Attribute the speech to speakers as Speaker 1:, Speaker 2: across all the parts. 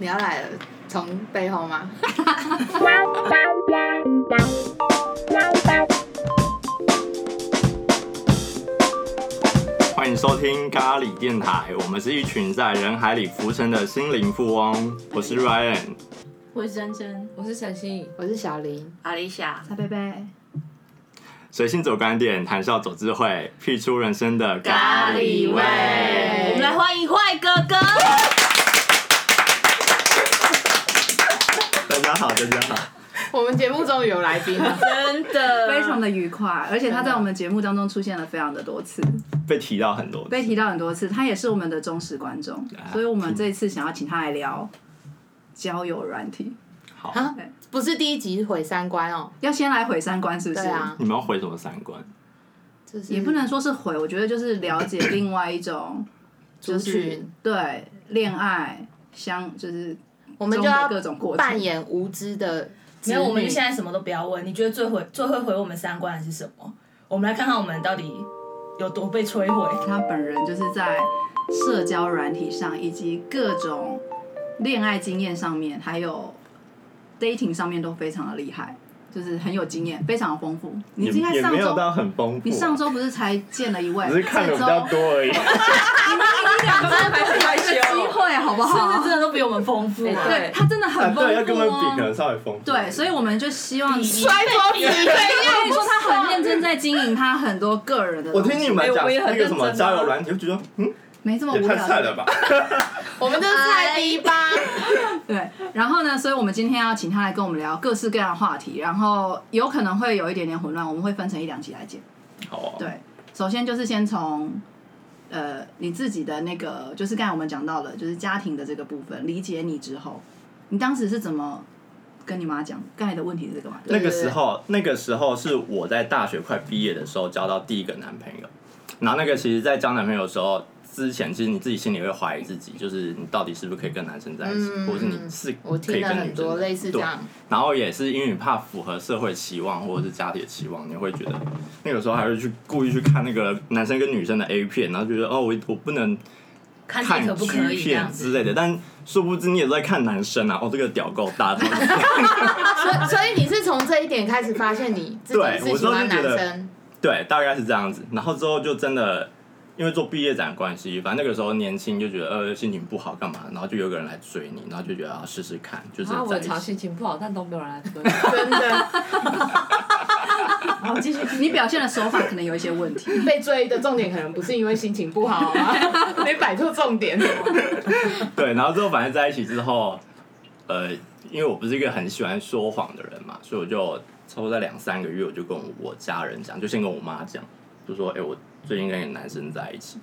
Speaker 1: 你要来了，从背后吗？
Speaker 2: 欢迎收听咖喱电台，我们是一群在人海里浮沉的心灵富翁。我是 Ryan，
Speaker 3: 我是珍珍，我是沈心，
Speaker 1: 我是小林，
Speaker 3: 阿丽夏，
Speaker 1: 蔡贝贝。
Speaker 2: 随性走观点，谈笑走智慧，辟出人生的
Speaker 3: 咖喱味。我们来欢迎坏哥哥。
Speaker 2: 大家好，大家好。
Speaker 1: 我们节目中有来宾了，
Speaker 3: 真的，
Speaker 4: 非常的愉快，而且他在我们节目当中出现了非常的多次，
Speaker 2: 被提到很多次，
Speaker 4: 被提到很多次，他也是我们的忠实观众，所以我们这一次想要请他来聊交友软体，
Speaker 2: 好，
Speaker 1: 啊 不是第一集毁三观哦。
Speaker 4: 要先来毁三观，是不
Speaker 1: 对
Speaker 4: 是？
Speaker 1: 啊，
Speaker 2: 你们要回什么三观？
Speaker 1: 就是
Speaker 4: 也不能说是毁，我觉得就是了解另外一种，
Speaker 1: 族
Speaker 4: 就
Speaker 1: 群
Speaker 4: 是，对恋爱相就是
Speaker 1: 我
Speaker 4: 我
Speaker 1: 们就要
Speaker 4: 各种过程，
Speaker 1: 扮演无知的子
Speaker 3: 没
Speaker 1: 女。
Speaker 3: 有，我们就现在什么都不要问。你觉得最毁、最会毁我们三观的是什么？我们来看看我们到底有多被摧 毁。
Speaker 4: 他本人就是在社交软体上以及各种恋爱经验上面，还有 dating 上面都非常的厉害，就是很有经验，非常丰富。你
Speaker 2: 也
Speaker 4: 应该
Speaker 2: 也
Speaker 4: 上
Speaker 2: 没有
Speaker 4: 周，
Speaker 2: 到很丰富啊，
Speaker 4: 你上周不是才见了一位？
Speaker 2: 只是看的比较多 而已。
Speaker 3: 害
Speaker 4: 这周有一个机会好不
Speaker 3: 甚至
Speaker 4: 好？
Speaker 3: 真的都比我们丰富、啊。
Speaker 4: 哎对，他真的
Speaker 2: 啊
Speaker 4: 很丰
Speaker 2: 对，要跟
Speaker 4: 富
Speaker 2: 我们比，啊可
Speaker 4: 哦。
Speaker 2: 能稍微丰富。
Speaker 4: 对，所以我们就希望你。
Speaker 1: 摔桌子，
Speaker 4: 我跟你说，他很认真在经营他很多个人的
Speaker 2: 我
Speaker 4: 东西。
Speaker 2: 听你们
Speaker 3: 哎
Speaker 2: 讲
Speaker 3: 我也很
Speaker 2: 那个什么
Speaker 3: 认真啊
Speaker 2: 交友软体，就觉得嗯，
Speaker 4: 没这么
Speaker 2: 也
Speaker 4: 无
Speaker 2: 太
Speaker 4: 聊。
Speaker 2: 菜了吧？
Speaker 1: 我们就是菜逼吧。
Speaker 4: 对，然后呢，所以我们今天要请他来跟我们聊各式各样的话题，然后有可能会有一点点混乱，我们会分成一两集来讲。
Speaker 2: 好啊，
Speaker 4: 对，首先就是先从呃你自己的那个，就是刚才我们讲到的，就是家庭的这个部分，理解你之后，你当时是怎么跟你妈讲？刚才的问题是这个嘛？
Speaker 2: 那个时候，那个时候是我在大学快毕业的时候交到第一个男朋友。然后那个其实，在交男朋友的时候之前，其实你自己心里会怀疑自己，就是你到底是不是可以跟男生在一起，
Speaker 1: 嗯
Speaker 2: 或者是你是
Speaker 1: 我
Speaker 2: 可
Speaker 1: 听
Speaker 2: 以
Speaker 1: 了
Speaker 2: 跟
Speaker 1: 很
Speaker 2: 女
Speaker 1: 多
Speaker 2: 生在
Speaker 1: 类
Speaker 2: 一
Speaker 1: 似
Speaker 2: 起。
Speaker 1: 这
Speaker 2: 对。
Speaker 1: 样，
Speaker 2: 然后也是因为你怕符合社会期望或者是家里的期望，你会觉得那个时候还会去故意去看那个男生跟女生的 A 片，然后觉得哦，我我不能
Speaker 3: 看自
Speaker 2: 看
Speaker 3: 己可不可
Speaker 2: G
Speaker 3: 以这
Speaker 2: 片
Speaker 3: 样子。
Speaker 2: 之类的。但殊不知你也在看男生啊，哦，这个屌够大。这样子
Speaker 1: 所以所以你是从这一点开始发现你自己
Speaker 2: 对
Speaker 1: 是
Speaker 2: 我
Speaker 1: 喜
Speaker 2: 之后就
Speaker 1: 欢男
Speaker 2: 觉得
Speaker 1: 生，
Speaker 2: 对，大概是这样子。然后之后就真的因为做毕业展关系，反正那个时候年轻就觉得呃心情不好干嘛，然后就有个人来追你，然后就觉得啊试试看，就是
Speaker 5: 啊，我
Speaker 2: 在一
Speaker 5: 常
Speaker 2: 起。
Speaker 5: 心情不好，但都没有人来追。
Speaker 1: 真的
Speaker 4: 好，继续。你表现的手法可能有一些问题。
Speaker 1: 被追的重点可能不是因为心情不好啊， 你摆错重点。
Speaker 2: 对，然后之后反正在一起之后，呃，因为我不是一个很喜欢说谎的人嘛，所以我就差不多在两三个月，我就跟我家人讲，就先跟我妈讲，就说哎、我最近跟一个男生在一起。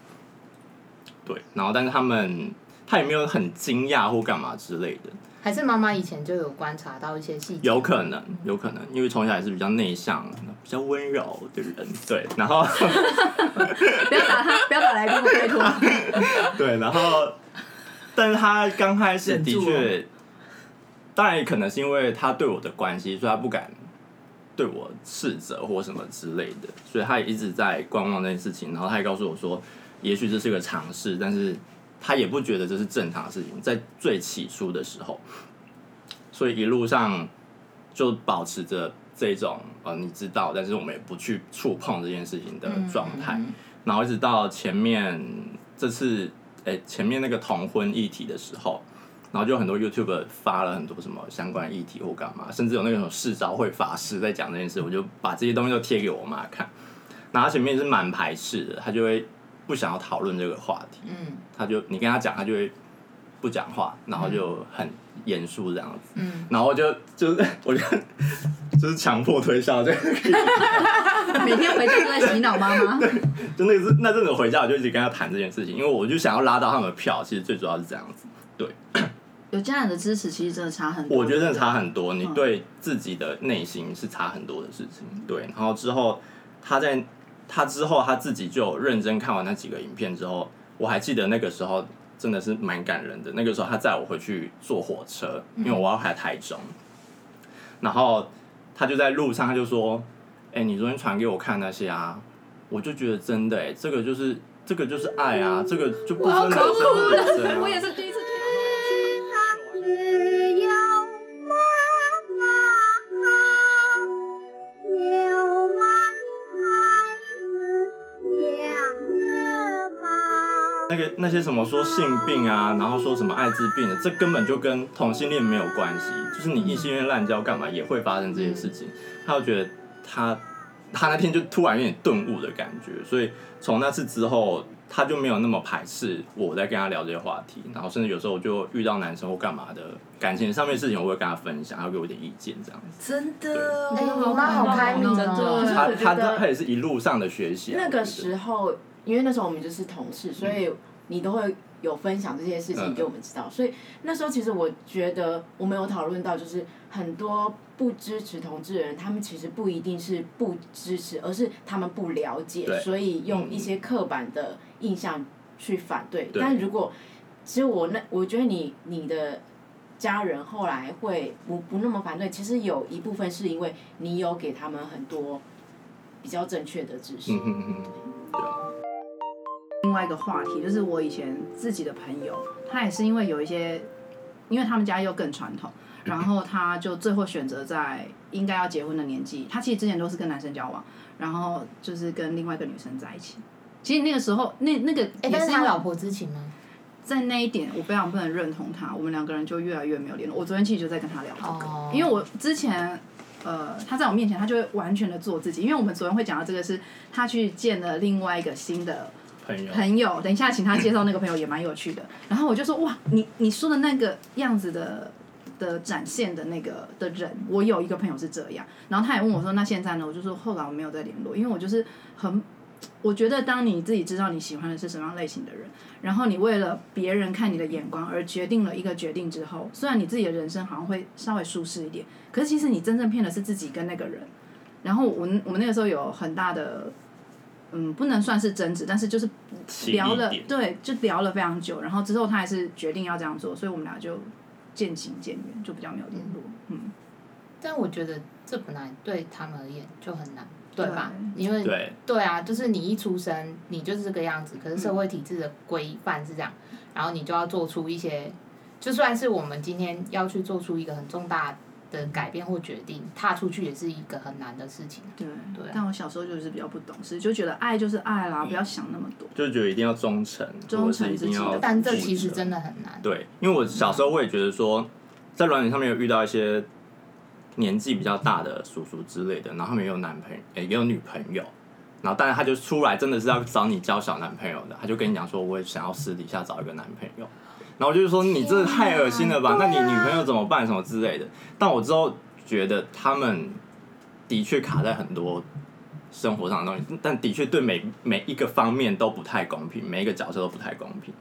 Speaker 2: 对，然后但是他们他也没有很惊讶或干嘛之类的，
Speaker 1: 还是妈妈以前就有观察到一些细节，
Speaker 2: 有可能，有可能，因为从小也是比较内向、比较温柔的人，对，然后
Speaker 4: 不要打他，不要打来宾，我拜 托。
Speaker 2: 对，然后，但是他刚开始的确，当然也可能是因为他对我的关系，所以他不敢对我斥责或什么之类的，所以他也一直在观望这件事情。然后他也告诉我说，也许这是个尝试，但是他也不觉得这是正常的事情，在最起初的时候，所以一路上就保持着这种呃，你知道，但是我们也不去触碰这件事情的状态。然后一直到前面这次，诶、前面那个同婚议题的时候，然后就很多 YouTube 发了很多什么相关议题或干嘛，甚至有那种世招会法师在讲这件事，我就把这些东西都贴给我妈看。然后她前面是蛮排斥的，她就会不想要讨论这个话题，
Speaker 1: 嗯
Speaker 2: 她就你跟她讲，她就会不讲话，然后就很严肃这样子。
Speaker 1: 嗯，
Speaker 2: 然后我就就是我就就是强迫推销这个
Speaker 4: 每天回家都在洗脑妈妈。
Speaker 2: 就那次那阵子回家，我就一直跟他谈这件事情，因为我就想要拉到他们的票，其实最主要是这样子。
Speaker 4: 有家人的支持，其实真的差很多。嗯
Speaker 2: 我觉得真的差很多，你对自己的内心是差很多的事情。对，然后之后他在他之后他自己就有认真看完那几个影片之后，我还记得那个时候真的是蛮感人的。那个时候他载我回去坐火车，因为
Speaker 4: 嗯
Speaker 2: 我要回台中，然后他就在路上他就说：“哎、你昨天传给我看那些啊，我就觉得真的哎、这个就是这个就是爱啊，这个就不分男生或女生啊。”
Speaker 4: 是第一次听。
Speaker 2: 那些什么说性病啊，然后说什么艾滋病的，这根本就跟同性恋没有关系。就是你异性恋滥交干嘛也会发生这些事情。他就觉得他他那天就突然有点顿悟的感觉，所以从那次之后，他就没有那么排斥我在跟他聊这些话题。然后甚至有时候我就遇到男生或干嘛的感情上面的事情，我会跟他分享，他会给我一点意见这样子。
Speaker 3: 真的哦，
Speaker 1: 哎呦我妈好开明
Speaker 6: 对
Speaker 1: 哦，
Speaker 2: 他
Speaker 6: 我觉
Speaker 2: 他
Speaker 6: 得
Speaker 2: 他也是一路上的学习啊、
Speaker 6: 那
Speaker 2: 我觉
Speaker 6: 个
Speaker 2: 得
Speaker 6: 时候，因为那时候我们就是同事，所以你都会有分享这些事情
Speaker 2: 嗯
Speaker 6: 给我们知道。所以那时候其实我觉得我们有讨论到，就是很多不支持同志的人，他们其实不一定是不支持，而是他们不了解
Speaker 2: 对，嗯
Speaker 6: 所以用一些刻板的印象去反对。
Speaker 2: 对
Speaker 6: 但如果其实我那，我觉得你你的。家人后来会不不那么反对，其实有一部分是因为你有给他们很多比较正确的知识。
Speaker 2: 嗯哼哼哼，对啊。
Speaker 4: 另外一个话题，就是我以前自己的朋友，他也是因为有一些，因为他们家又更传统，然后他就最后选择在应该要结婚的年纪，他其实之前都是跟男生交往，然后就是跟另外一个女生在一起。其实那个时候，那那个
Speaker 7: 哎、
Speaker 4: 也
Speaker 7: 但是
Speaker 4: 是因
Speaker 7: 他
Speaker 4: 为
Speaker 7: 老婆知情吗？
Speaker 4: 在那一点，我非常不能认同他，我们两个人就越来越没有联络。我昨天其实就在跟他聊这个，
Speaker 7: 哦
Speaker 4: 因为我之前。呃，他在我面前，他就会完全的做自己，因为我们昨天会讲到这个是，他去见了另外一个新的
Speaker 2: 朋友，
Speaker 4: 朋友，等一下请他介绍那个朋友也蛮有趣的。然后我就说哇，你你说的那个样子的的展现的那个的人，我有一个朋友是这样。然后他也问我说，那现在呢？我就说后来我没有再联络，因为我就是很，我觉得当你自己知道你喜欢的是什么样类型的人，然后你为了别人看你的眼光而决定了一个决定之后，虽然你自己的人生好像会稍微舒适一点，可是其实你真正骗的是自己跟那个人。然后我们我们那个时候有很大的，嗯，不能算是争执，但是就是
Speaker 2: 起
Speaker 4: 聊
Speaker 2: 一
Speaker 4: 了
Speaker 2: 点，
Speaker 4: 对，就聊了非常久，然后之后他还是决定要这样做，所以我们俩就渐行渐远，就比较没有联络。嗯，
Speaker 7: 但我觉得这本来对他们而言就很难，对吧？因为
Speaker 2: 对，
Speaker 7: 对啊，就是你一出生你就是这个样子，可是社会体制的规范是这样，然后你就要做出一些，就算是我们今天要去做出一个很重大的改变或决定，踏出去也是一个很难的事情。
Speaker 4: 对。
Speaker 7: 对啊，
Speaker 4: 但我小时候就是比较不懂事，就觉得爱就是爱啦，不
Speaker 2: 嗯
Speaker 4: 要想那么多。
Speaker 2: 就觉得一定要忠诚，
Speaker 4: 忠
Speaker 2: 或者是
Speaker 4: 诚
Speaker 2: 一定
Speaker 4: 自己
Speaker 2: 要
Speaker 4: 的，
Speaker 7: 但这其实真的很难。
Speaker 2: 对，因为我小时候我也觉得说，在软体上面有遇到一些年纪比较大的叔叔之类的，然后他们也有男朋友，诶也有女朋友，然后但是他就出来真的是要找你交小男朋友的，他就跟你讲说，我也想要私底下找一个男朋友。然后我就说你这太恶心了吧？那你女朋友怎么办？什么之类的。但我之后觉得他们的确卡在很多生活上的东西，但的确对每每一个方面都不太公平，每一个角色都不太公平。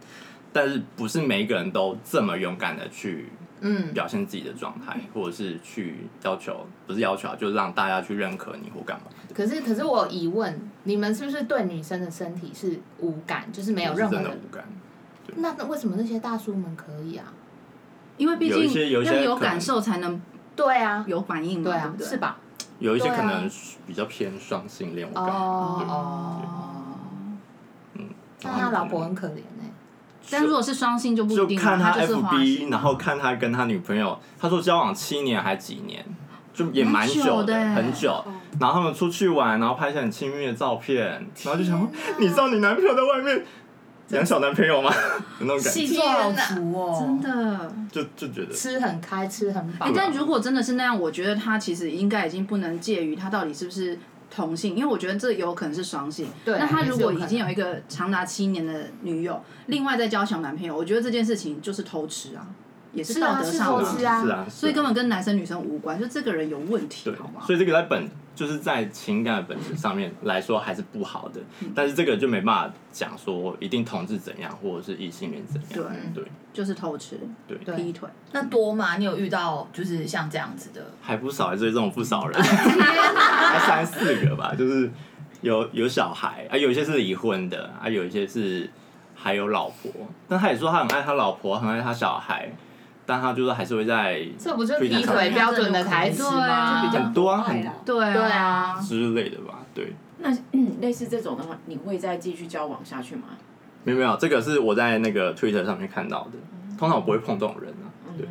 Speaker 2: 但是不是每一个人都这么勇敢的去
Speaker 7: 嗯，
Speaker 2: 表现自己的状态，或者是去要求，不是要求啊，就是让大家去认可你或干嘛的。
Speaker 7: 可是可是我有疑问，你们是不是对女生的身体是无感，就是没有
Speaker 2: 我是
Speaker 7: 任何
Speaker 2: 真的
Speaker 7: 的？
Speaker 2: 无感，
Speaker 7: 那那为什么那些大叔们可以啊？
Speaker 4: 因为毕
Speaker 2: 有一些
Speaker 4: 竟
Speaker 2: 有一
Speaker 4: 要
Speaker 2: 些
Speaker 4: 有
Speaker 2: 可能
Speaker 4: 感受才能
Speaker 7: 对啊，
Speaker 4: 有反应嘛，
Speaker 7: 对
Speaker 4: 对
Speaker 7: 啊
Speaker 4: 不，对？
Speaker 7: 是？吧？
Speaker 2: 有一些
Speaker 7: 对啊
Speaker 2: 可能比较偏双性恋，我
Speaker 7: 哦
Speaker 2: 感觉。
Speaker 7: 哦，
Speaker 2: 对
Speaker 7: 那
Speaker 2: 然后
Speaker 7: 他老婆
Speaker 2: 可
Speaker 7: 很
Speaker 2: 能
Speaker 7: 可怜哎。
Speaker 4: 但如果是双性就不一
Speaker 2: 就
Speaker 4: 定了，
Speaker 2: 看
Speaker 4: 他就是花
Speaker 2: FB，然后看他跟他女朋友，他说交往七年还几年，就也蛮久
Speaker 4: 蛮久的欸
Speaker 2: 很久。然后他们出去玩，然后拍下很亲密的照片，然后就想说，你知道你男朋友在外面养小男朋友吗？有那种感觉，
Speaker 3: 细作好足哦，
Speaker 4: 真的。
Speaker 2: 就就觉得
Speaker 7: 吃很开，吃很饱
Speaker 4: 哎、。但如果真的是那样，我觉得他其实应该已经不能介于他到底是不是同性，因为我觉得这有可能是双性。
Speaker 7: 对
Speaker 4: 那他如
Speaker 7: 也是有可
Speaker 4: 果已
Speaker 7: 能
Speaker 4: 经有一个长达七年的女友，另外再交小男朋友，我觉得这件事情就是偷吃啊，也
Speaker 7: 是啊
Speaker 4: 道德
Speaker 7: 是
Speaker 4: 上
Speaker 7: 偷
Speaker 4: 的
Speaker 7: 吃
Speaker 2: 是
Speaker 7: 啊
Speaker 2: 是啊，
Speaker 4: 所以根本跟男生女生无关，就这个人有问题
Speaker 2: 对，，
Speaker 4: 好吗？
Speaker 2: 所以这个在本就是在情感的本质上面来说还是不好的，但是这个就没办法讲说一定同志怎样，或者是异性恋怎样，对
Speaker 4: 就是偷吃、
Speaker 2: 对
Speaker 7: 对
Speaker 4: 劈腿，
Speaker 3: 那多吗？你有遇到就是像这样子的？
Speaker 2: 还不少，所以这种不少人，还三四个吧，就是有有小孩啊，有一些是离婚的啊，有一些是还有老婆，但他也说他很爱他老婆，很爱他小孩，但他就是还是会在
Speaker 7: 这不就劈腿标准的台词
Speaker 4: 对啊
Speaker 7: 吗？
Speaker 2: 很多啊
Speaker 5: 爱
Speaker 2: 很
Speaker 5: 啦
Speaker 4: 对
Speaker 7: 对啊，
Speaker 2: 之类的吧，对。
Speaker 6: 那嗯类似这种的话，你会再继续交往下去吗？
Speaker 2: 没有没有，这个是我在那个 Twitter 上面看到的。通常我不会碰这种人啊，对，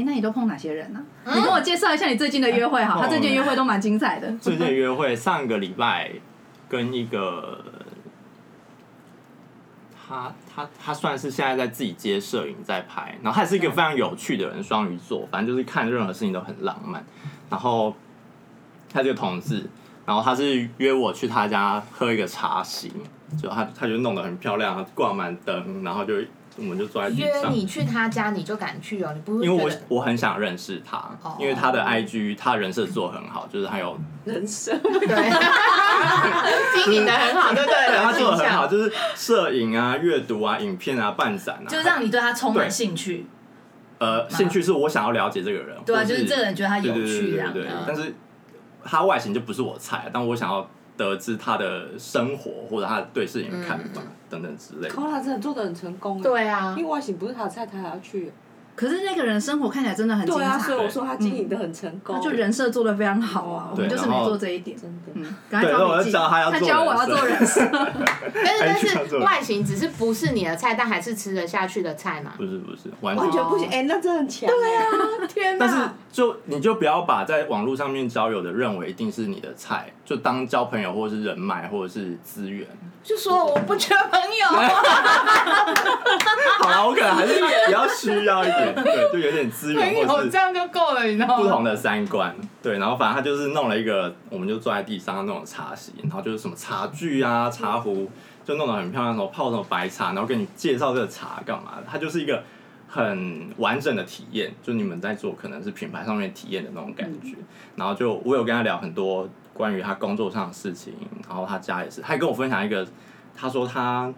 Speaker 4: 哎、那你都碰哪些人呢、你跟我介绍一下你最近的约会好，他最近的约会都蛮精彩的。
Speaker 2: 最近的约会，上个礼拜跟一个，他他他算是现在在自己接摄影在拍，然后他也是一个非常有趣的人，双鱼座，反正就是看任何事情都很浪漫。然后他这个同志，然后他是约我去他家喝一个茶席，就他他就弄得很漂亮，挂满灯，然后就我们就坐在地
Speaker 7: 约
Speaker 2: 上。
Speaker 7: 你去他家，你就敢去哦，你不会
Speaker 2: 因为
Speaker 7: 觉
Speaker 2: 我
Speaker 7: 得
Speaker 2: 我很想认识他
Speaker 7: 哦，
Speaker 2: 因为他的 IG 他人设做得很好，就是他有
Speaker 5: 人生
Speaker 1: 经营的很好，对不对？
Speaker 2: 对他做的
Speaker 1: 形
Speaker 2: 很好，
Speaker 1: 象
Speaker 2: 就是摄影啊、阅读啊、影片啊、办展啊，
Speaker 3: 就是让你对他充
Speaker 2: 对
Speaker 3: 满兴趣。
Speaker 2: 呃兴趣是我想要了解这个人，
Speaker 3: 对啊
Speaker 2: 或
Speaker 3: 就是这个人觉得他有
Speaker 2: 对对对
Speaker 3: 趣
Speaker 2: 对
Speaker 3: 这样
Speaker 2: 对
Speaker 3: 嗯
Speaker 2: 但是他外形就不是我菜，但我想要得知他的生活或者他对事情的看法、
Speaker 3: 嗯
Speaker 2: 等等之类的。
Speaker 5: ，Cola 真的做的很成功耶，
Speaker 7: 对啊
Speaker 5: 因为，外形不是他的菜，他还要去，
Speaker 4: 可是那个人生活看起来真的很精
Speaker 5: 对啊，所以
Speaker 4: 彩，
Speaker 5: 我说他经营的很成功，
Speaker 4: 他就人设做的非常好啊，我
Speaker 2: 对
Speaker 4: 们就是
Speaker 2: 然
Speaker 4: 没
Speaker 2: 后
Speaker 4: 做这一点。
Speaker 5: 真的，
Speaker 4: 嗯，赶快
Speaker 2: 对那我要
Speaker 4: 找笔记。
Speaker 2: 教他要
Speaker 4: 他
Speaker 2: 做
Speaker 4: 教
Speaker 2: 人
Speaker 4: 我要
Speaker 2: 设
Speaker 4: 做人 设，
Speaker 7: 但是
Speaker 2: 还
Speaker 7: 但
Speaker 2: 去他
Speaker 7: 是
Speaker 2: 做的
Speaker 7: 外形只是不是你的菜，但还是吃得下去的菜嘛。
Speaker 2: 不是不是，完全
Speaker 5: 完全不行，哎，那真的很强，对啊，
Speaker 4: 天
Speaker 2: 但是！就你就不要把在网络上面交友的认为一定是你的菜，就当交朋友或者是人脉或者是资源。
Speaker 7: 就说我不缺朋友，
Speaker 2: 好啦，我可能还是比较需要一点，对，就有点资源
Speaker 1: 朋
Speaker 2: 或
Speaker 1: 友
Speaker 2: 是
Speaker 1: 这样就够了，你知道
Speaker 2: 不同
Speaker 1: 吗？
Speaker 2: 的三观，对，然后反正他就是弄了一个，我们就坐在地上那种茶席，然后就是什么茶具啊、茶
Speaker 1: 嗯
Speaker 2: 壶，就弄得很漂亮，什么泡什么白茶，然后给你介绍这个茶干嘛的，它就是一个很完整的体验，就你们在做可能是品牌上面体验的那种感觉。
Speaker 1: 嗯
Speaker 2: 然后就我有跟他聊很多关于他工作上的事情，然后他家也是，他还跟我分享一个，他说他。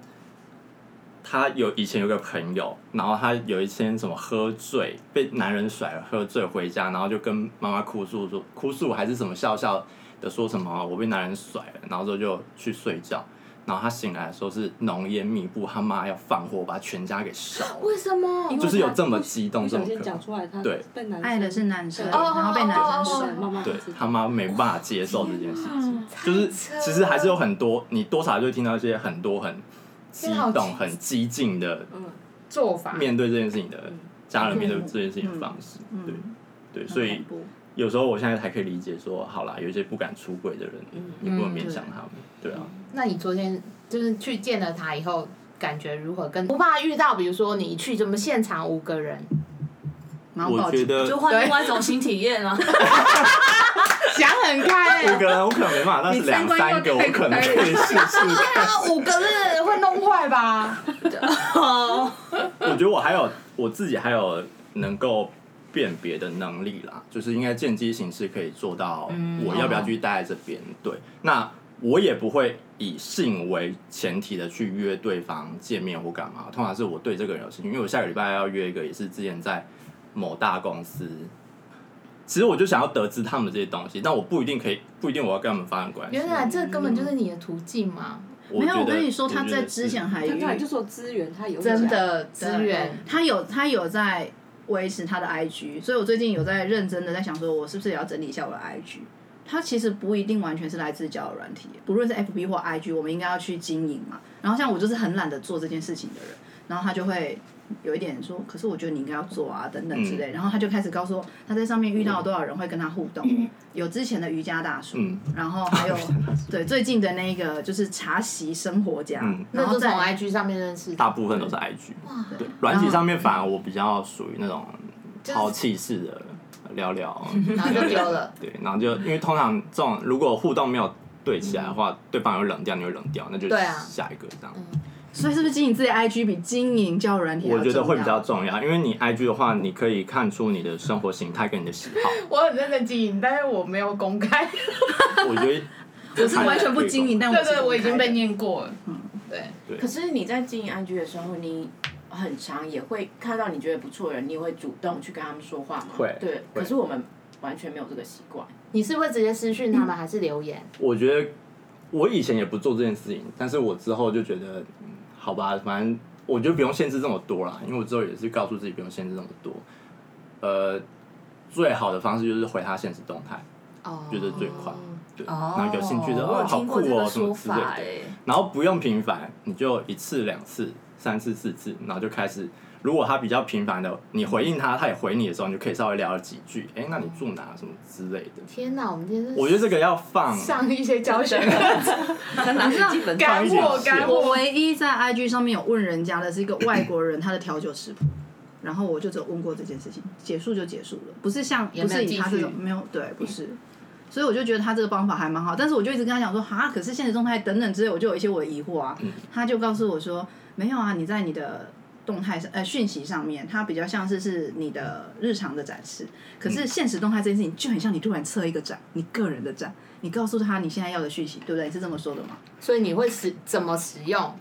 Speaker 2: 他有以前有个朋友，然后他有一天什么喝醉，被男人甩了，喝醉回家，然后就跟妈妈哭诉说，哭诉还是什么笑笑的说什么我被男人甩了，然后之后就去睡觉，然后他醒来的时候是浓烟密布，他妈要放火把全家给烧了，
Speaker 7: 为什么？
Speaker 5: 因为
Speaker 2: 就是有
Speaker 5: 他
Speaker 2: 这么激动
Speaker 5: 不
Speaker 2: 这
Speaker 5: 小
Speaker 2: 么
Speaker 5: 心
Speaker 2: 可
Speaker 5: 讲出来，他
Speaker 2: 对
Speaker 5: 被男生
Speaker 4: 爱的是男生，
Speaker 5: 对
Speaker 4: 然后被男
Speaker 2: 哦
Speaker 4: 生甩
Speaker 5: 对，妈妈
Speaker 2: 对
Speaker 5: 知道
Speaker 2: 他妈没办法接受这件事情，就是其实还是有很多你多少就会听到一些很多很激
Speaker 7: 真的好激
Speaker 2: 动、很激进的
Speaker 5: 嗯，
Speaker 7: 做法
Speaker 2: 面对这件事情的家人面对这件事情的方式，对对，所以
Speaker 4: 很恐怖
Speaker 2: 有时候我现在才可以理解说，好啦，有一些不敢出轨的人，你不能勉强他们，对啊，
Speaker 7: 那你昨天就是去见了他以后，感觉如何跟？不怕遇到，比如说你去怎么现场五个人，
Speaker 4: 然后
Speaker 2: 我
Speaker 4: 报
Speaker 2: 觉
Speaker 4: 警。
Speaker 2: 得
Speaker 3: 就换另外一种新体验啊！
Speaker 1: 想很开
Speaker 2: 五
Speaker 1: 欸，
Speaker 2: 个人我可能没办法，但是两三个我可能可以试试看。
Speaker 7: 那五个人会弄坏吧？
Speaker 2: 我觉得我还有我自己还有能够辨别的能力啦，就是应该见机行事可以做到
Speaker 4: 嗯
Speaker 2: 我要不要
Speaker 4: 哦
Speaker 2: 继续待在这边。对，那我也不会以性为前提的去约对方见面或干嘛，通常是我对这个人有兴趣，因为我下个礼拜要约一个也是之前在某大公司。其实我就想要得知他们这些东西，但我不一定可以，不一定我要跟他们发生关系。
Speaker 7: 原来这根本就是你的途径嘛，
Speaker 4: 没有，
Speaker 2: 觉
Speaker 4: 我
Speaker 2: 得
Speaker 4: 跟你说，
Speaker 2: 我
Speaker 4: 他
Speaker 2: 觉
Speaker 4: 在
Speaker 2: 得嗯
Speaker 4: 之
Speaker 2: 是
Speaker 4: 前还
Speaker 5: 他
Speaker 4: 遇
Speaker 5: 刚才就说资源，他有
Speaker 7: 真
Speaker 5: 讲
Speaker 7: 的资源。
Speaker 4: 他有他有在维持他的 IG，所以我最近有在认真的在想，说我是不是也要整理一下我的 IG。它其实不一定完全是来自交友软体，不论是 FB 或 IG，我们应该要去经营嘛。然后像我就是很懒得做这件事情的人，然后他就会有一点说，可是我觉得你应该要做啊，等等之类。
Speaker 2: 嗯
Speaker 4: 然后他就开始告诉我他在上面遇到多少人会跟他互动，
Speaker 7: 嗯
Speaker 4: 有之前的瑜伽大叔，
Speaker 2: 嗯
Speaker 4: 然后 还有对最近的那一个就是茶席生活家，
Speaker 2: 嗯
Speaker 4: 然
Speaker 7: 那
Speaker 4: 后
Speaker 7: 就从
Speaker 4: 再
Speaker 7: IG 上面认识的，
Speaker 2: 大部分都是 IG。对，软体上面反而我比较属于那种抛弃式的聊聊，
Speaker 7: 然后就丢了。
Speaker 2: 对，然后就因为通常这种如果互动没有对起来的话，对方也会冷掉，你会冷掉，那就
Speaker 7: 对啊
Speaker 2: 下一个这样。
Speaker 4: 所以是不是经营自己的 IG 比经营交友软体还要
Speaker 2: 我觉得会比
Speaker 4: 重要
Speaker 2: 较重要，因为你 IG 的话，你可以看出你的生活形态跟你的喜好。
Speaker 1: 我很认真经营，但是我没有公开。
Speaker 2: 我觉得
Speaker 4: 我是完全不经营，但我
Speaker 1: 对
Speaker 4: 是
Speaker 1: 对，我已经被
Speaker 4: 你
Speaker 1: 念过了。对，
Speaker 6: 可是你在经营 IG 的时候，你很常也会看到你觉得不错的人，你也会主动去跟他们说话嘛？
Speaker 2: 会
Speaker 6: 对，
Speaker 2: 会
Speaker 6: 可是我们完全没有这个习惯。
Speaker 7: 你是会直接私讯他们，还是留言？
Speaker 2: 我觉得我以前也不做这件事情，但是我之后就觉得，嗯好吧，反正我觉得不用限制这么多啦，因为我之后也是告诉自己不用限制这么多。呃，最好的方式就是回他现实动态，
Speaker 7: 哦，
Speaker 2: 觉得最快。对，
Speaker 3: 哦
Speaker 2: 然后有兴趣的，
Speaker 3: 我
Speaker 2: 哦，
Speaker 3: 有
Speaker 2: 好
Speaker 3: 听
Speaker 2: 酷
Speaker 3: 过这
Speaker 2: 哦，
Speaker 3: 个
Speaker 2: 什么
Speaker 3: 说
Speaker 2: 之类
Speaker 3: 法哎，
Speaker 2: 的。然后不用频繁，你就一次、两次、三次、四次，然后就开始如果他比较频繁的，你回应他，他也回你的时候，你就可以稍微聊几句，哎、那你住哪什么之类的。
Speaker 7: 天哪，我们今天是
Speaker 2: 我觉得这个要放，
Speaker 1: 上一些教学课程，
Speaker 5: 他拿着基本
Speaker 1: 干货
Speaker 2: 一点
Speaker 1: 干
Speaker 4: 我
Speaker 1: 货，
Speaker 4: 唯一在 IG 上面有问人家的是一个外国人，他的调酒食谱，然后我就只有问过这件事情，结束就结束了，不是像
Speaker 7: 也
Speaker 4: 不
Speaker 7: 没有
Speaker 4: 是以他这种
Speaker 7: 继续
Speaker 4: 没有对，不是。所以我就觉得他这个方法还蛮好，但是我就一直跟他讲说，哈，可是现实动态等等之类，我就有一些我的疑惑
Speaker 7: 嗯
Speaker 4: 啊。他就告诉我说，没有啊，你在你的动态上，呃，讯息上面，它比较像是是你的日常的展示，可
Speaker 7: 嗯
Speaker 4: 是现实动态这件事情就很像你突然测一个展，你个人的展，你告诉他你现在要的讯息，对不对？你是这么说的吗？
Speaker 7: 所以你会使怎么使用？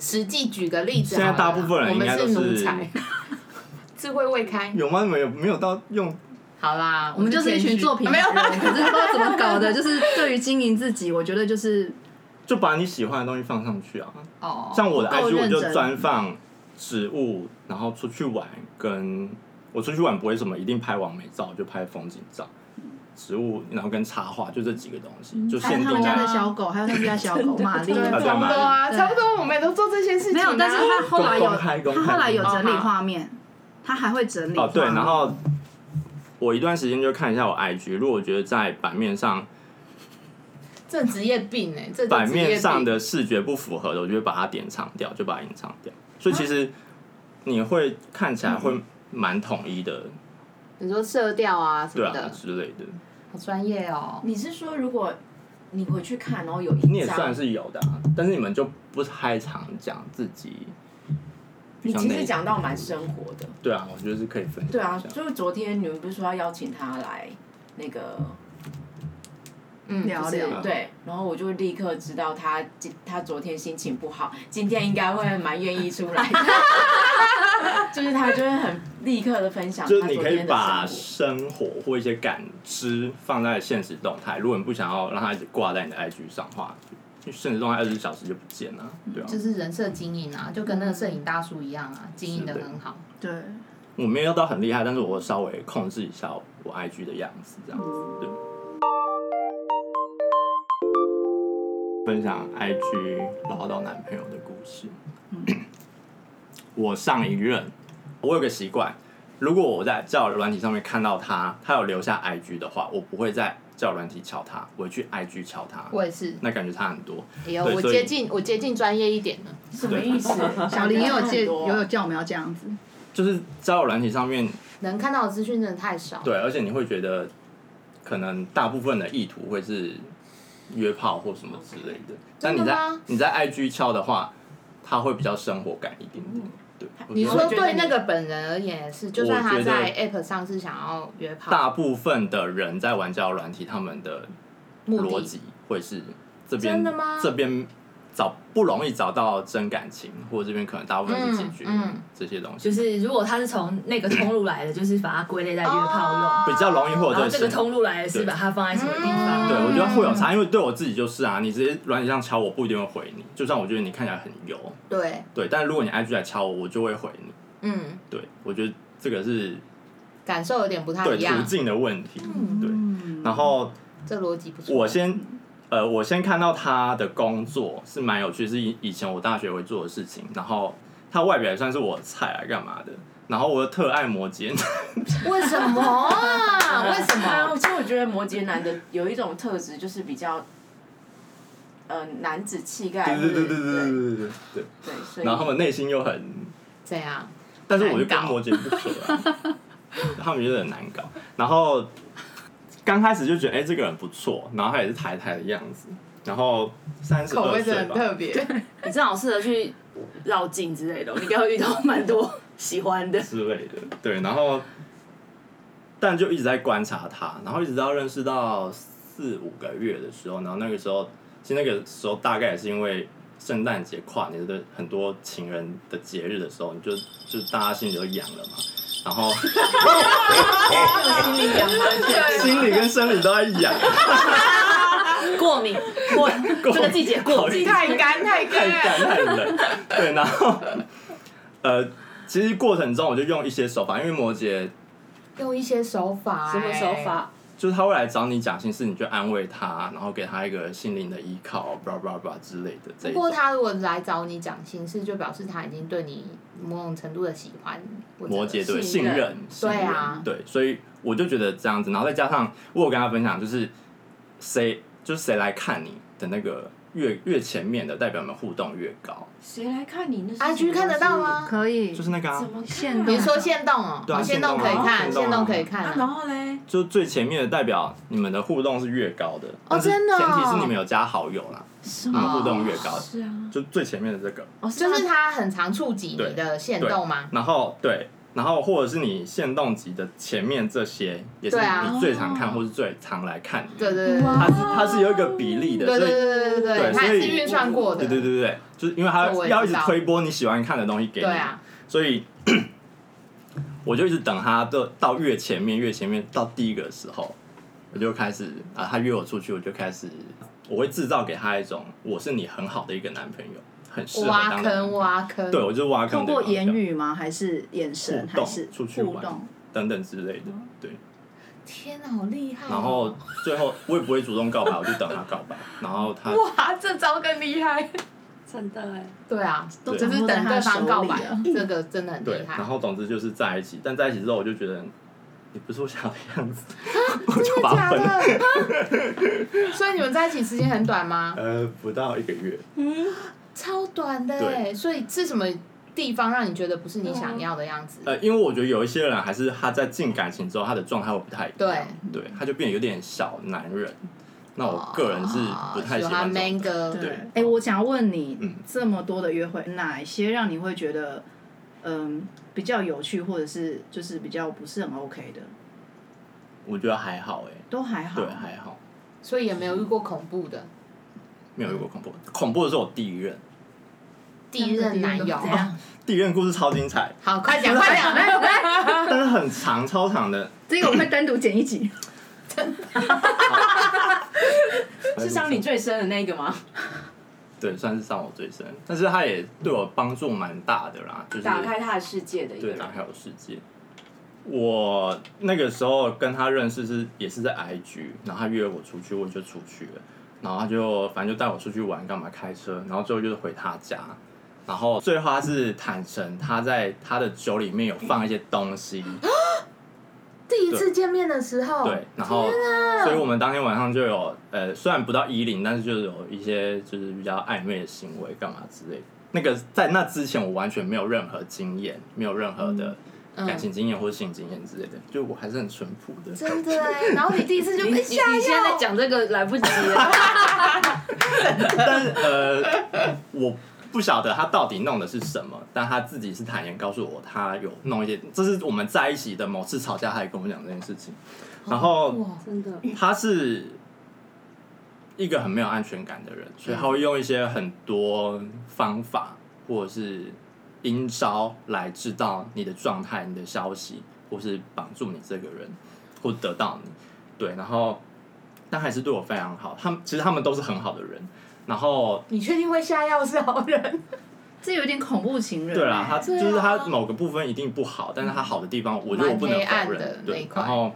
Speaker 7: 实际举个例子好
Speaker 2: 现
Speaker 7: 了啦，
Speaker 2: 在大部分人应该都
Speaker 7: 我们
Speaker 2: 是
Speaker 7: 奴才， 智慧未开。
Speaker 2: 有吗？没有，没有到用
Speaker 7: 好啦，
Speaker 4: 我们就是一群做
Speaker 7: 品。
Speaker 2: 啊
Speaker 4: 品牌人，可是不知道怎 么搞的，就是对于经营自己，我觉得就是
Speaker 2: 就把你喜欢的东西放上去啊。
Speaker 7: 哦，
Speaker 2: 像我的
Speaker 4: 不够
Speaker 2: IG 我就
Speaker 4: 认真
Speaker 2: 专放植物，然后出去玩跟我出去玩不会什么一定拍完美照，就拍风景照、植物，然后跟插画，就这几个东西，就
Speaker 4: 嗯
Speaker 2: 哦
Speaker 4: 还有
Speaker 2: 限啊定
Speaker 4: 他们家
Speaker 2: 在
Speaker 4: 的小狗，还有他们 家小狗玛丽
Speaker 1: 对，。差
Speaker 2: 大家
Speaker 1: 不
Speaker 2: 买
Speaker 1: 多啊，
Speaker 4: 对
Speaker 1: 差不多，我们也都做这些事情啊。
Speaker 4: 没有，但是他后来有，
Speaker 2: 公开公开
Speaker 4: 他后来有整理画面，他还会整理画
Speaker 2: 哦
Speaker 4: 面。
Speaker 2: 对，然后我一段时间就看一下我 IG，如果我觉得在版面上
Speaker 7: 这职业病哎，这就
Speaker 2: 版
Speaker 7: 职业
Speaker 2: 面
Speaker 7: 病
Speaker 2: 上的视觉不符合的，我就会把它典藏掉，就把它隐藏掉。所以其实你会看起来会
Speaker 4: 嗯
Speaker 2: 蛮统一的，
Speaker 7: 你说色调啊什
Speaker 2: 对
Speaker 7: 么
Speaker 2: 啊
Speaker 7: 的，
Speaker 2: 之类的，
Speaker 7: 好专业哦。
Speaker 6: 你是说如果你回去看，然后有
Speaker 2: 你
Speaker 6: 一
Speaker 2: 也算
Speaker 6: 张，
Speaker 2: 是有的啊、但是你们就不太常讲自己。比
Speaker 6: 你其
Speaker 2: 较
Speaker 6: 实
Speaker 2: 内
Speaker 6: 讲到蛮生活的。
Speaker 2: 对啊，我觉得是可以分享一下。
Speaker 6: 对啊，就是昨天你们不是说要邀请他来那个
Speaker 7: 嗯，
Speaker 4: 聊
Speaker 6: 对
Speaker 2: 啊
Speaker 4: 聊，
Speaker 6: 对，然后我就立刻知道他今他昨天心情不好，今天应该会蛮愿意出 来，就是他就会很立刻的分享他
Speaker 2: 就
Speaker 6: 昨
Speaker 2: 是你可以
Speaker 6: 天的
Speaker 2: 把
Speaker 6: 生
Speaker 2: 生活或一些感知放在现实动态，如果你不想要让它一直挂在你的 IG 上的话，就现实动态二十四小时就不见了，对啊。
Speaker 7: 就是人设经营啊，就跟那个摄影大叔一样啊，经营的很好。
Speaker 4: 对，
Speaker 2: 嗯我没有到很厉害，但是我稍微控制一下我 IG 的样子，这样子对。分享 IG 捞到男朋友的故事。我上一任，我有个习惯，如果我在交友软体上面看到他，他有留下 IG 的话，我不会在交友软体敲他，我会去 IG 敲他。
Speaker 7: 我也是，
Speaker 2: 那感觉差很多，
Speaker 7: 哎呦，
Speaker 2: 对
Speaker 7: 我
Speaker 2: 所以
Speaker 7: 接近我接近专业一点了。
Speaker 6: 活什么意思？
Speaker 4: 小林也有借，
Speaker 6: 借
Speaker 4: 也有叫我们要这样子，
Speaker 2: 就是交友软体上面
Speaker 7: 能看到的资讯真的太少。
Speaker 2: 对，而且你会觉得，可能大部分的意图会是约炮或什么之类的。但你在
Speaker 7: 吗
Speaker 2: 你在 IG 敲的话，它会比较生活感一点点。对，我
Speaker 7: 嗯你
Speaker 2: 觉得
Speaker 7: 说对那个本人而言也是，就算
Speaker 2: 我
Speaker 7: 他
Speaker 2: 觉得
Speaker 7: 在 App 上是想要约炮，
Speaker 2: 大部分的人在玩交友软体，他们的
Speaker 7: 目
Speaker 2: 逻
Speaker 7: 的
Speaker 2: 辑会是这边
Speaker 7: 真的吗
Speaker 2: 这边找不容易找到真感情，或者这边可能大部分是解决
Speaker 7: 嗯嗯
Speaker 2: 这些东
Speaker 3: 就
Speaker 2: 西，
Speaker 3: 是如果他是从那个通路来的，就是把它归类在约炮用。
Speaker 7: 哦
Speaker 2: 比较容易获
Speaker 3: 然后
Speaker 2: 得
Speaker 3: 啊这
Speaker 2: 这
Speaker 3: 个
Speaker 2: 个
Speaker 3: 通路来的是
Speaker 2: 对
Speaker 3: 把它放在什么地方？嗯
Speaker 2: 对，我觉得会有
Speaker 7: 嗯
Speaker 2: 差，因为对我自己就是啊，你直接软体上敲我不一定会回你，就算我觉得你看起来很油，
Speaker 7: 对，
Speaker 2: 对，但如果你 IG 来敲我，我就会回你。
Speaker 7: 嗯，
Speaker 2: 对，我觉得这个是
Speaker 7: 感受有点不太
Speaker 2: 对
Speaker 7: 一样
Speaker 2: 途。径的问题。对，然后
Speaker 7: 这逻辑不错。
Speaker 2: 我先呃，我先看到他的工作是蛮有趣，是以以前我大学会做的事情。然后他外表也算是我的菜啊，干嘛的？然后我又特爱摩羯，
Speaker 7: 为什么啊？为什
Speaker 6: 啊，
Speaker 7: 么？
Speaker 6: 其实我觉得摩羯男的有一种特质就是比较，呃，男子气概，
Speaker 2: 对对对对
Speaker 6: 对
Speaker 2: 对对对对。
Speaker 6: 对，所以
Speaker 2: 然后他们内心又很，
Speaker 7: 怎样？
Speaker 2: 但是我就
Speaker 7: 难
Speaker 2: 跟
Speaker 7: 搞
Speaker 2: 摩羯不合、啊， 他们就很难搞。然后刚开始就觉得哎、这个人不错，然后他也是台台的样子，然后三十
Speaker 1: 口
Speaker 2: 二
Speaker 1: 味真的
Speaker 2: 岁
Speaker 1: 很
Speaker 2: 吧。
Speaker 1: 特别。
Speaker 5: 你正好适合去绕境之类的，你应该会遇到蛮多喜欢的。
Speaker 2: 之类的。对，然后但就一直在观察他，然后一直到认识到四五个月的时候，然后那个时候其实那个时候大概也是因为圣诞节、跨年的很多情人的节日的时候，你就就大家心里都痒了嘛。然后
Speaker 6: 心里痒吗？
Speaker 2: 心里跟生理都在痒，
Speaker 5: 过敏，过这个季节过敏，
Speaker 1: 太干太
Speaker 2: 太
Speaker 1: 干，
Speaker 2: 干太冷。对，然后呃，其实过程中我就用一些手法，因为摩羯
Speaker 7: 用一些手法、
Speaker 6: 哎
Speaker 5: 什么手？法？
Speaker 2: 就是他会来找你讲心事，你就安慰他，然后给他一个心灵的依靠，blah blah blah 之类的这
Speaker 7: 不
Speaker 2: 一
Speaker 7: 过
Speaker 2: 种。
Speaker 7: 他如果来找你讲心事，就表示他已经对你某种程度的喜欢，或者
Speaker 2: 摩羯
Speaker 7: 信
Speaker 2: 对信任，信
Speaker 7: 对
Speaker 2: 任
Speaker 7: 啊
Speaker 2: 对，所以我就觉得这样子，然后再加上我有跟他分享，就是谁就是谁来看你的那个越越前面的，代表你们互动越高，
Speaker 6: 谁来看你那
Speaker 7: IG 看得到？吗？
Speaker 4: 可以
Speaker 2: 就，是那个、啊
Speaker 6: 怎、么看
Speaker 4: 现
Speaker 7: 比
Speaker 4: 动
Speaker 7: 如说限动哦，
Speaker 2: 对啊
Speaker 7: 哦限动可以看，
Speaker 2: 限
Speaker 7: 限
Speaker 2: 动啊
Speaker 7: 动可以看
Speaker 3: 啊
Speaker 7: 啊。
Speaker 3: 然后嘞，
Speaker 2: 就最前面的代表你们的互动是越高的，但是
Speaker 7: 真的哦
Speaker 2: 前提是你们有加好友啦，
Speaker 6: 是
Speaker 2: 你们互动越高，
Speaker 6: 是啊，
Speaker 2: 就最前面的这个。
Speaker 6: 哦，
Speaker 7: 就是他很常触及你的限动吗？
Speaker 2: 然后对，然后或者是你限动级的前面这些，也是
Speaker 7: 对啊
Speaker 2: 你最常看或是最常来看的，
Speaker 7: 对对对
Speaker 2: 它是它是有一个比例的，
Speaker 7: 对对
Speaker 2: 所以
Speaker 7: 对对对
Speaker 2: 对
Speaker 7: 对，他
Speaker 2: 所
Speaker 7: 也
Speaker 2: 以
Speaker 7: 是运算过的。
Speaker 2: 对对对对，就是因为它
Speaker 7: 这我也知道
Speaker 2: 要一直推播你喜欢看的东西给你，
Speaker 7: 对啊，
Speaker 2: 所以 我就一直等它到到越前面越前面到第一个的时候，我就开始啊，他约我出去，我就开始我会制造给他一种我是你很好的一个男朋友，很适合
Speaker 7: 挖
Speaker 2: 当男
Speaker 7: 坑挖坑。
Speaker 2: 对，我就挖
Speaker 4: 透
Speaker 2: 坑
Speaker 4: 过
Speaker 2: 对方
Speaker 4: 言语吗？还是眼神？
Speaker 2: 互
Speaker 4: 还
Speaker 2: 动
Speaker 4: 是
Speaker 2: 出去玩
Speaker 4: 互动？
Speaker 2: 等等之类的，对。
Speaker 7: 嗯天哪，好厉害哦！
Speaker 2: 然后最后我也不会主动告白，我就等他告白，然后他
Speaker 7: 哇，这招更厉害。
Speaker 5: 真的哎，
Speaker 7: 对啊，
Speaker 4: 都
Speaker 7: 就
Speaker 4: 掌
Speaker 7: 是
Speaker 4: 握在
Speaker 7: 等
Speaker 4: 他
Speaker 7: 对
Speaker 4: 的
Speaker 7: 方
Speaker 4: 手
Speaker 7: 告
Speaker 4: 里
Speaker 7: 白
Speaker 4: 了。，
Speaker 7: 这个真的很
Speaker 2: 对
Speaker 7: 厉，害
Speaker 2: 然。后总之就是在一起，但在一起之后我就觉得你不是我想要的样子， 我就把他分
Speaker 7: 啊
Speaker 2: 了。
Speaker 7: 所以你们在一起时间很短吗？
Speaker 2: 呃，不到一个月，
Speaker 7: 超短的
Speaker 2: 对
Speaker 7: 欸，所以是什么地方让你觉得不是你想要的样子？
Speaker 2: 呃，因为我觉得有一些人还是他在进感情之后，他的状态会不太一样，
Speaker 7: 对
Speaker 2: 对，他就变得有点小男人。那我个人是不太喜
Speaker 7: 哦喜
Speaker 2: 欢
Speaker 7: 欢
Speaker 2: 这种
Speaker 7: man
Speaker 2: 的。
Speaker 7: 哥，
Speaker 2: 对
Speaker 4: 哎、我想要问你，
Speaker 2: 嗯
Speaker 4: 这么多的约会，哪些让你会觉得，嗯，比较有趣，或者是就是比较不是很 OK 的，
Speaker 2: 我觉得还好哎、
Speaker 4: 都还好。
Speaker 2: 对，还好，
Speaker 7: 所以也没有遇过恐怖的
Speaker 2: 没有遇过恐怖的。恐怖的是我第一任，
Speaker 7: 第一任男友。
Speaker 3: 怎
Speaker 5: 啊
Speaker 3: 样？
Speaker 2: 第一任故事超精彩，
Speaker 7: 好，快讲快讲，来来，
Speaker 2: 但是很长，超长的。
Speaker 4: 这个我会单独剪 一集。
Speaker 6: 是伤你最深的那个吗？
Speaker 2: 对，算是伤我最深，但是他也对我帮助蛮大的啦，就是
Speaker 6: 打开他的世界的一个
Speaker 2: 对啊
Speaker 6: 人
Speaker 2: 打开我世界。我那个时候跟他认识是也是在 IG，然后他约我出去，我就出去了，然后他就反正就带我出去玩，干嘛开车，然后最后就是回他家，然后最后他是坦诚他在他的酒里面有放一些东西，
Speaker 7: 第一次见面的时候，
Speaker 2: 对，然后，所以我们当天晚上就有，呃，虽然不到一零，但是就是有一些就是比较暧昧的行为，干嘛之类的。那个在那之前，我完全没有任何经验，没有任何的感情经验或性经验之类的，就我还是很淳朴的。
Speaker 7: 真的欸。然后你第一次就被吓
Speaker 5: 你现在在讲这个来不及了，
Speaker 2: 但是呃，我不晓得他到底弄的是什么，但他自己是坦言告诉我，他有弄一些，这是我们在一起的某次吵架，他也跟我讲这件事情。然后
Speaker 5: 真的
Speaker 2: 他是一个很没有安全感的人，所以他会用一些很多方法或者是阴招来知道你的状态、你的消息，或是绑住你这个人，或得到你。对，然后但还是对我非常好。他们其实他们都是很好的人。然后
Speaker 7: 你确定会下药是好人？
Speaker 4: 这有点恐怖情人、
Speaker 2: 对啊啦，他
Speaker 4: 他
Speaker 7: 啊
Speaker 2: 就是他某个部分一定不好，但是他好的地方，我觉得我不能
Speaker 7: 嗯蛮黑暗
Speaker 2: 否
Speaker 7: 的
Speaker 2: 认。
Speaker 7: 那一
Speaker 2: 对，
Speaker 7: 块
Speaker 2: 然后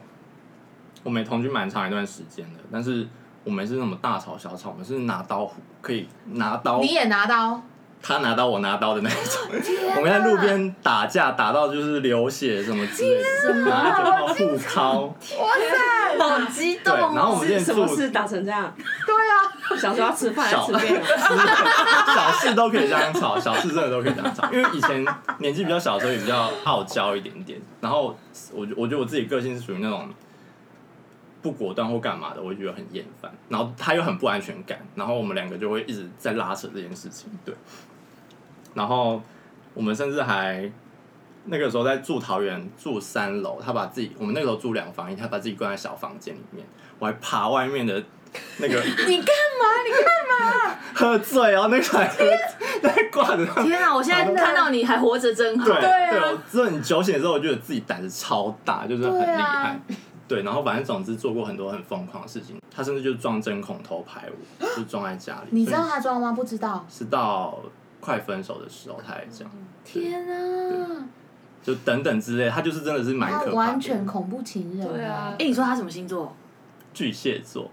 Speaker 2: 我们也同居蛮长一段时间的，但是我们是那么大吵小吵，我们是拿刀可以拿刀，
Speaker 7: 你也啊拿刀，
Speaker 2: 他拿刀我拿刀的那一种。 我们在路边打架，打到就是流血什么之类的，
Speaker 7: 啊
Speaker 2: 然后就 互敲。
Speaker 5: 好激动
Speaker 2: 对
Speaker 5: 哦。
Speaker 2: 然后我们
Speaker 5: 是
Speaker 2: 今天
Speaker 5: 什么
Speaker 2: 住
Speaker 5: 事打成这样？对啊，小时候要吃饭
Speaker 2: 小
Speaker 5: 还是吃面啊，
Speaker 2: 小事都可以这样吵，小事真的都可以这样吵。因为以前年纪比较小的时候也比较傲娇一点点，然后我我觉得我自己个性是属于那种不果断或干嘛的，我就觉得很厌烦。然后他又很不安全感，然后我们两个就会一直在拉扯这件事情，对。然后我们甚至还那个时候在住桃园，住三楼，他把自己我们那个时候住两房一，他把自己关在小房间里面，我还爬外面的那个喝醉哦，那个还喝在挂着他。
Speaker 5: 天啊！我现在看到你还活着真好
Speaker 7: 啊
Speaker 2: 对，对，
Speaker 3: 啊
Speaker 2: 我之后你酒醒的时候，我觉得自己胆子超大，就是很厉
Speaker 7: 啊
Speaker 2: 害。对，然后反正总之做过很多很疯狂的事情，他甚至就装针孔偷拍 我，就装在家里。
Speaker 7: 你知道他嗯装吗？不知道。
Speaker 2: 所以是到快分手的时候他才这样，
Speaker 7: 天啊，
Speaker 2: 就等等之类，他就是真的是蛮
Speaker 7: 他
Speaker 2: 可怕的。
Speaker 7: 完全恐怖情人。对啊，
Speaker 5: 哎，你说他什么星座？
Speaker 2: 巨蟹座，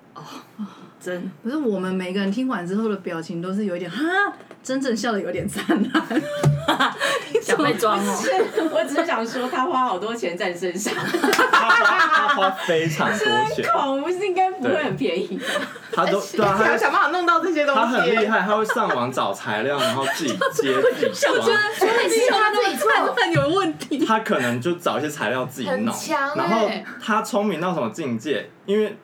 Speaker 5: 真
Speaker 4: 可是我们每个人听完之后的表情都是有一点哈，真正笑的有点啊灿烂。
Speaker 5: 想被装哦，
Speaker 6: 我只是想说，他花好多钱在你身上，
Speaker 2: 他花他花非常 多钱，
Speaker 6: 恐怖是应该不会很便宜吧。
Speaker 2: 他都 对啊，
Speaker 1: 想
Speaker 2: 他
Speaker 1: 想办法弄到这些东西。
Speaker 2: 他很厉害，他会上网找材料，然后自己接自己装。
Speaker 7: 所以是他自己做，
Speaker 4: 但有问题，
Speaker 2: 他可能就找一些材料自己
Speaker 7: 很
Speaker 2: 弄，
Speaker 7: 强欸
Speaker 2: 然后他聪明到什么境界？因为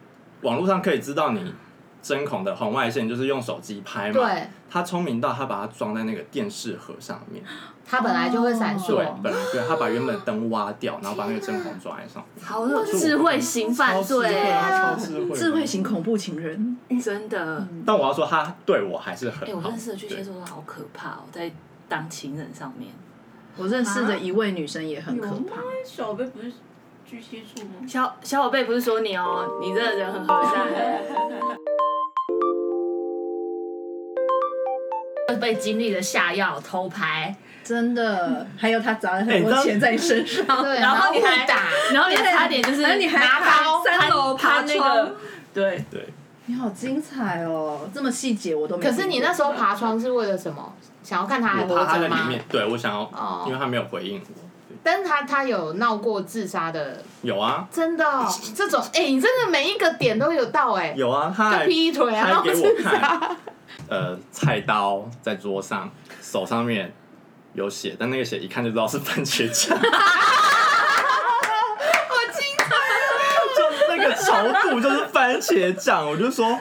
Speaker 2: 网络上可以知道你针孔的红外线就是用手机拍嘛，
Speaker 7: 对，
Speaker 2: 他聪明到他把它装在那个电视盒上面，
Speaker 5: 哦
Speaker 7: 他本来就会闪
Speaker 2: 对
Speaker 7: 烁，，
Speaker 2: 本来对他把原本的灯挖掉，然后把那个针孔装在上面，
Speaker 5: 好有哦智慧型犯罪，
Speaker 2: 超智慧，
Speaker 4: 智慧。型恐怖情人，
Speaker 5: 真的。
Speaker 3: 嗯
Speaker 2: 但我要说，他对我还是很好。
Speaker 5: 哎、我认识的巨蟹
Speaker 2: 对
Speaker 5: 座都好可怕哦，在当情人上面，
Speaker 4: 我认识的一位女生也很可怕。
Speaker 5: 啊
Speaker 3: 小贝不是巨蟹座吗？
Speaker 5: 小小宝贝不是说你哦，你这个人很和善，
Speaker 3: 被经历了下药、偷拍，
Speaker 4: 真的，还有他砸了
Speaker 2: 哎
Speaker 4: 很
Speaker 2: 你知
Speaker 4: 多
Speaker 2: 道
Speaker 4: 钱在你身上，
Speaker 7: 对，
Speaker 5: 然后你
Speaker 7: 误
Speaker 5: 还
Speaker 7: 打，
Speaker 5: 然后你还差点就是
Speaker 4: 然后你还
Speaker 5: 拿刀
Speaker 4: 爬三楼
Speaker 5: 爬
Speaker 4: 爬
Speaker 5: 那
Speaker 4: 窗
Speaker 5: 个，对，
Speaker 2: 对，
Speaker 4: 你好精彩哦！这么细节我都没
Speaker 7: 可
Speaker 4: 听过。
Speaker 7: 是你那时候爬窗是为了什么？想要看他还
Speaker 5: 哎
Speaker 2: 我
Speaker 7: 活
Speaker 2: 怕他在
Speaker 7: 着
Speaker 2: 里
Speaker 7: 吗？
Speaker 2: 面，对我想要
Speaker 7: 哦，
Speaker 2: 因为他没有回应我。对
Speaker 7: 但是他他有闹过自杀的，
Speaker 2: 有啊，
Speaker 7: 真的 哦、这种哎、你真的每一个点都有到哎、
Speaker 2: 有啊，他还
Speaker 7: 就劈腿啊
Speaker 2: 他还给我
Speaker 7: 然后自
Speaker 2: 看，呃，菜刀在桌上，手上面有血，但那个血一看就知道是番茄酱。好精 彩！就那个稠度就是番茄酱，我就说。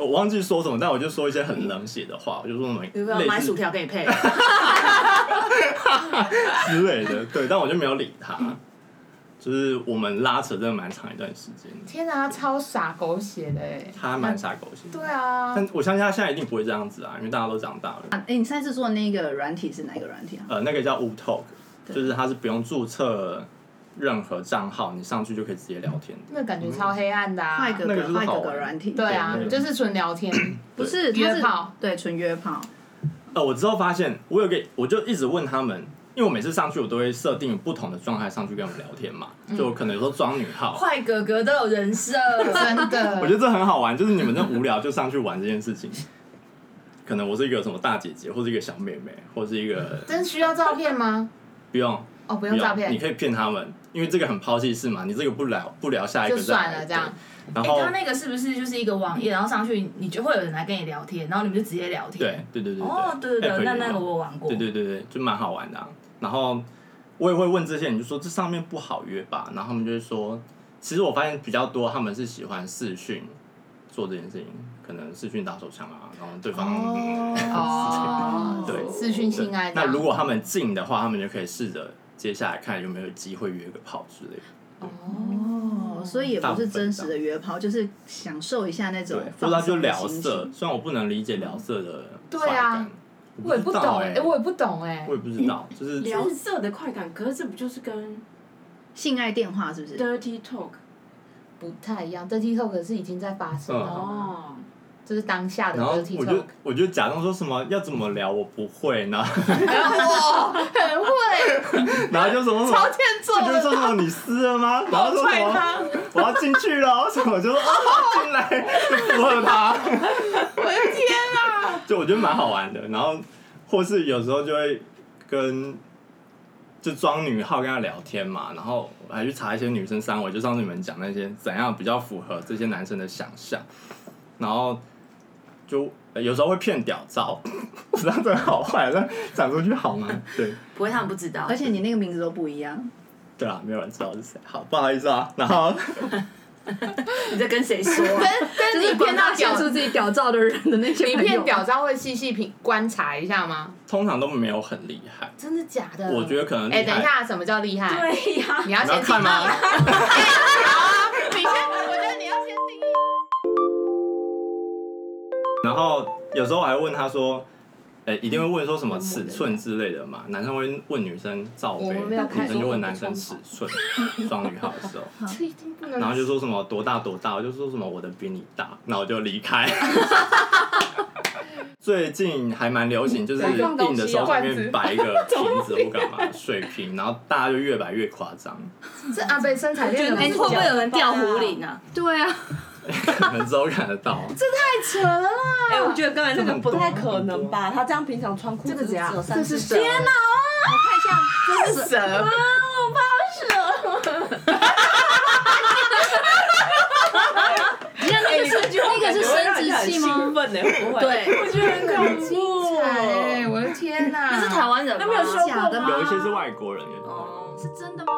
Speaker 2: 我忘记说什么，但我就说一些很冷血的话，我就说什么
Speaker 5: 有没有
Speaker 2: 类
Speaker 5: 买薯
Speaker 2: 似
Speaker 5: 条给你配？
Speaker 2: 之类的，对，但我就没有理他。就是我们拉扯真的蛮长一段时间的，
Speaker 7: 天啊，超傻狗血的哎、
Speaker 2: 他蛮傻狗血的。
Speaker 7: 对啊，
Speaker 2: 但我相信他现在一定不会这样子啊，因为大家都长大了。
Speaker 4: 哎、你上次做那个软体是哪一个软体啊？
Speaker 2: 呃，那个叫 Wu Talk，就是它是不用注册任何账号，你上去就可以直接聊天的。
Speaker 7: 那感觉超黑暗的、啊。
Speaker 4: 坏哥
Speaker 2: 那个
Speaker 4: 哥，
Speaker 2: 就是
Speaker 4: 坏
Speaker 2: 好
Speaker 4: 哥
Speaker 2: 玩
Speaker 4: 哥软体。
Speaker 7: 对啊
Speaker 2: 对那，个
Speaker 7: 就是纯聊天。
Speaker 4: 不是
Speaker 7: 约
Speaker 4: 他是
Speaker 7: 炮，
Speaker 4: 对，纯约炮。
Speaker 2: 呃，我之后发现，我有个，我就一直问他们，因为我每次上去，我都会设定不同的状态上去跟他们聊天嘛，
Speaker 7: 嗯
Speaker 2: 就我可能有时候装女号。
Speaker 3: 坏哥哥都有人设，
Speaker 7: 真的，
Speaker 2: 我觉得这很好玩，就是你们这无聊就上去玩这件事情。可能我是一个什么大姐姐，或是一个小妹妹，或是一个
Speaker 7: 真需要照片吗？
Speaker 2: 不用
Speaker 7: 哦，嗯不
Speaker 2: 不
Speaker 7: 用照
Speaker 2: 你
Speaker 7: 片，
Speaker 2: 可以骗他们，因为这个很抛弃式嘛，你这个不聊不聊下一个
Speaker 7: 就
Speaker 2: 再
Speaker 7: 算
Speaker 2: 来
Speaker 7: 了这样。。
Speaker 2: 对然
Speaker 3: 哎、
Speaker 2: 后
Speaker 3: 他那个是不是就是一个网页，然后上去你就会有人来跟你聊天，然后你们就直接聊天？
Speaker 2: 对对对对对，哎
Speaker 3: 哦，对对
Speaker 2: app
Speaker 3: 对，那
Speaker 2: 也
Speaker 3: 那
Speaker 2: 有
Speaker 3: 个我玩过。
Speaker 2: 啊对对对对，就蛮好玩的、啊。然后我也会问这些人，就说这上面不好约吧，然后他们就会说，其实我发现比较多他们是喜欢视讯做这件事情，可能视讯打手枪啊，然后对方、 嗯
Speaker 7: 哦，
Speaker 2: 对
Speaker 7: 视讯性爱这
Speaker 2: 对。那
Speaker 7: 样。
Speaker 2: 如果他们近的话，他们就可以试着接下来看有没有机会约个炮之类的，
Speaker 4: 哦，所以也
Speaker 2: 大
Speaker 4: 不
Speaker 2: 部
Speaker 4: 是
Speaker 2: 分
Speaker 4: 真
Speaker 2: 大
Speaker 4: 实
Speaker 2: 部
Speaker 4: 的约炮，就是享受一下那种
Speaker 2: 对，或
Speaker 4: 放
Speaker 2: 者他就
Speaker 4: 松的
Speaker 2: 聊
Speaker 4: 心
Speaker 2: 色
Speaker 4: 情。。
Speaker 2: 虽然我不能理解聊色的
Speaker 7: 对
Speaker 2: 快
Speaker 7: 啊
Speaker 2: 感，
Speaker 7: 我也不
Speaker 2: 知道
Speaker 7: 懂
Speaker 2: 哎、
Speaker 7: 哎，我也不懂哎
Speaker 2: 我，也不知道，就是
Speaker 5: 聊色的快感，可是这不就是跟
Speaker 4: 性爱电话是不是？
Speaker 5: dirty talk
Speaker 7: 不太一样。这 TikTok 是已经在发
Speaker 2: 嗯
Speaker 7: 生了，哦
Speaker 5: 哦？
Speaker 7: 就是当下的
Speaker 2: 然后
Speaker 7: 这
Speaker 2: 我就
Speaker 7: TikTok。
Speaker 2: 我就假装说什么要怎么聊我不会，然 后
Speaker 7: 哇，很会，
Speaker 2: 然后就什么什么
Speaker 7: 超欠揍
Speaker 2: 我就会说
Speaker 7: 的。
Speaker 2: 什么你撕了吗？然后说什么我要进去了，什么我就说啊进来就附和他，
Speaker 7: 我的天啊！
Speaker 2: 就我觉得蛮好玩的。然后或是有时候就会跟就装女号跟他聊天嘛，然后我还去查一些女生三围，就上次你们讲那些怎样比较符合这些男生的想象，然后就呃有时候会骗屌照， 我知道这个好坏，但讲出去好吗？对。
Speaker 5: 不会，他们不知道
Speaker 4: 而。且你那个名字都不一样，
Speaker 2: 对啦，没有人知道是谁。好，不好意思啊。然后
Speaker 5: 你在跟谁说啊？
Speaker 7: 但
Speaker 4: 就是
Speaker 7: 你骗到
Speaker 4: 广大
Speaker 7: 屌
Speaker 4: 献，出自己屌照的人的那些
Speaker 7: 你
Speaker 4: 朋友
Speaker 7: 骗屌照会细细品观察一下吗？
Speaker 2: 通常都没有很厉害，
Speaker 7: 真的假的？
Speaker 2: 我觉得可能厉害
Speaker 7: 哎，等一下，什么叫厉害？
Speaker 5: 对呀，
Speaker 7: 你要
Speaker 2: 你要
Speaker 7: 先哎
Speaker 2: 看吗？
Speaker 7: 你先，啊我觉得你要先定义。
Speaker 2: 然后有时候我还问他说，哎、一定会问说什么尺寸之类的嘛？男生会问女生罩
Speaker 7: 嗯
Speaker 2: 杯，
Speaker 7: 我们没有
Speaker 2: 女
Speaker 7: 看
Speaker 2: 生就问男生尺寸，装女号的时候，
Speaker 7: 这一定不能
Speaker 2: 然后就说什么多大多大，我就说什么我的比你大，那我就离开。 最近还蛮流行，就是硬的时候上面摆一个瓶子或干嘛水瓶，然后大家就越摆越夸张。
Speaker 7: 是阿贝身材练的
Speaker 5: 哎，
Speaker 7: 不
Speaker 5: 会不会
Speaker 7: 错
Speaker 5: 有人掉湖里呢？
Speaker 4: 对啊，
Speaker 2: 哎、可能之后看得到。
Speaker 7: 扯了啦！
Speaker 5: 哎、我觉得刚才那个不太可能吧？他这样平常穿裤子
Speaker 4: 这个
Speaker 5: 只
Speaker 4: 怎样
Speaker 5: 有三十
Speaker 4: 天
Speaker 2: 啊
Speaker 4: 哪！我看一下，这是蛇，
Speaker 3: 啊
Speaker 5: 那个是
Speaker 4: 那个是生殖器吗？
Speaker 5: 兴奋呢、会不会？，
Speaker 4: 对，
Speaker 5: 我觉得很恐怖
Speaker 7: 哎，我的天哪！
Speaker 3: 啊
Speaker 5: 那 是台湾人吗？
Speaker 4: 那没有说假的吗
Speaker 2: 有一些是外国人，有一些是外国人
Speaker 5: 哦
Speaker 4: 是真的吗？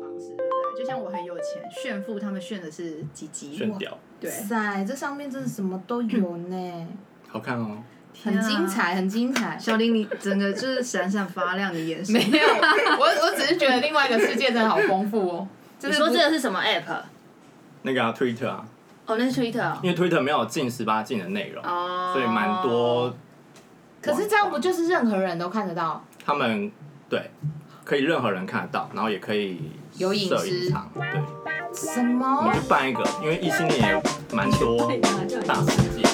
Speaker 4: 方式对不对？就像我很有钱，炫富他们炫的是鸡鸡，
Speaker 2: 炫屌，
Speaker 4: 对，
Speaker 7: 塞，这上面真的什么都有呢，
Speaker 2: 好看哦。
Speaker 7: 很精。彩，很精彩。
Speaker 4: 小林，你整个就是闪闪发亮，你眼神
Speaker 7: 没有，我我只是觉得另外一个世界真的好丰富哦。就
Speaker 5: 你
Speaker 7: 是
Speaker 5: 说
Speaker 7: 不
Speaker 5: 这个是什么 app？
Speaker 2: 那个啊，Twitter 啊，
Speaker 5: 哦，那是 Twitter 哦。
Speaker 2: 因为 Twitter 没有禁十八禁的内容，
Speaker 5: 哦
Speaker 2: 所以蛮多
Speaker 7: 可是这样不就是任何人都看得到？
Speaker 2: 他们对可以任何人看得到，然后也可以
Speaker 7: 有隐
Speaker 2: 设
Speaker 7: 私
Speaker 2: 隐藏。对，
Speaker 7: 什
Speaker 2: 我
Speaker 7: 么
Speaker 2: 们？就办一个，因为异性恋也蛮多大世界。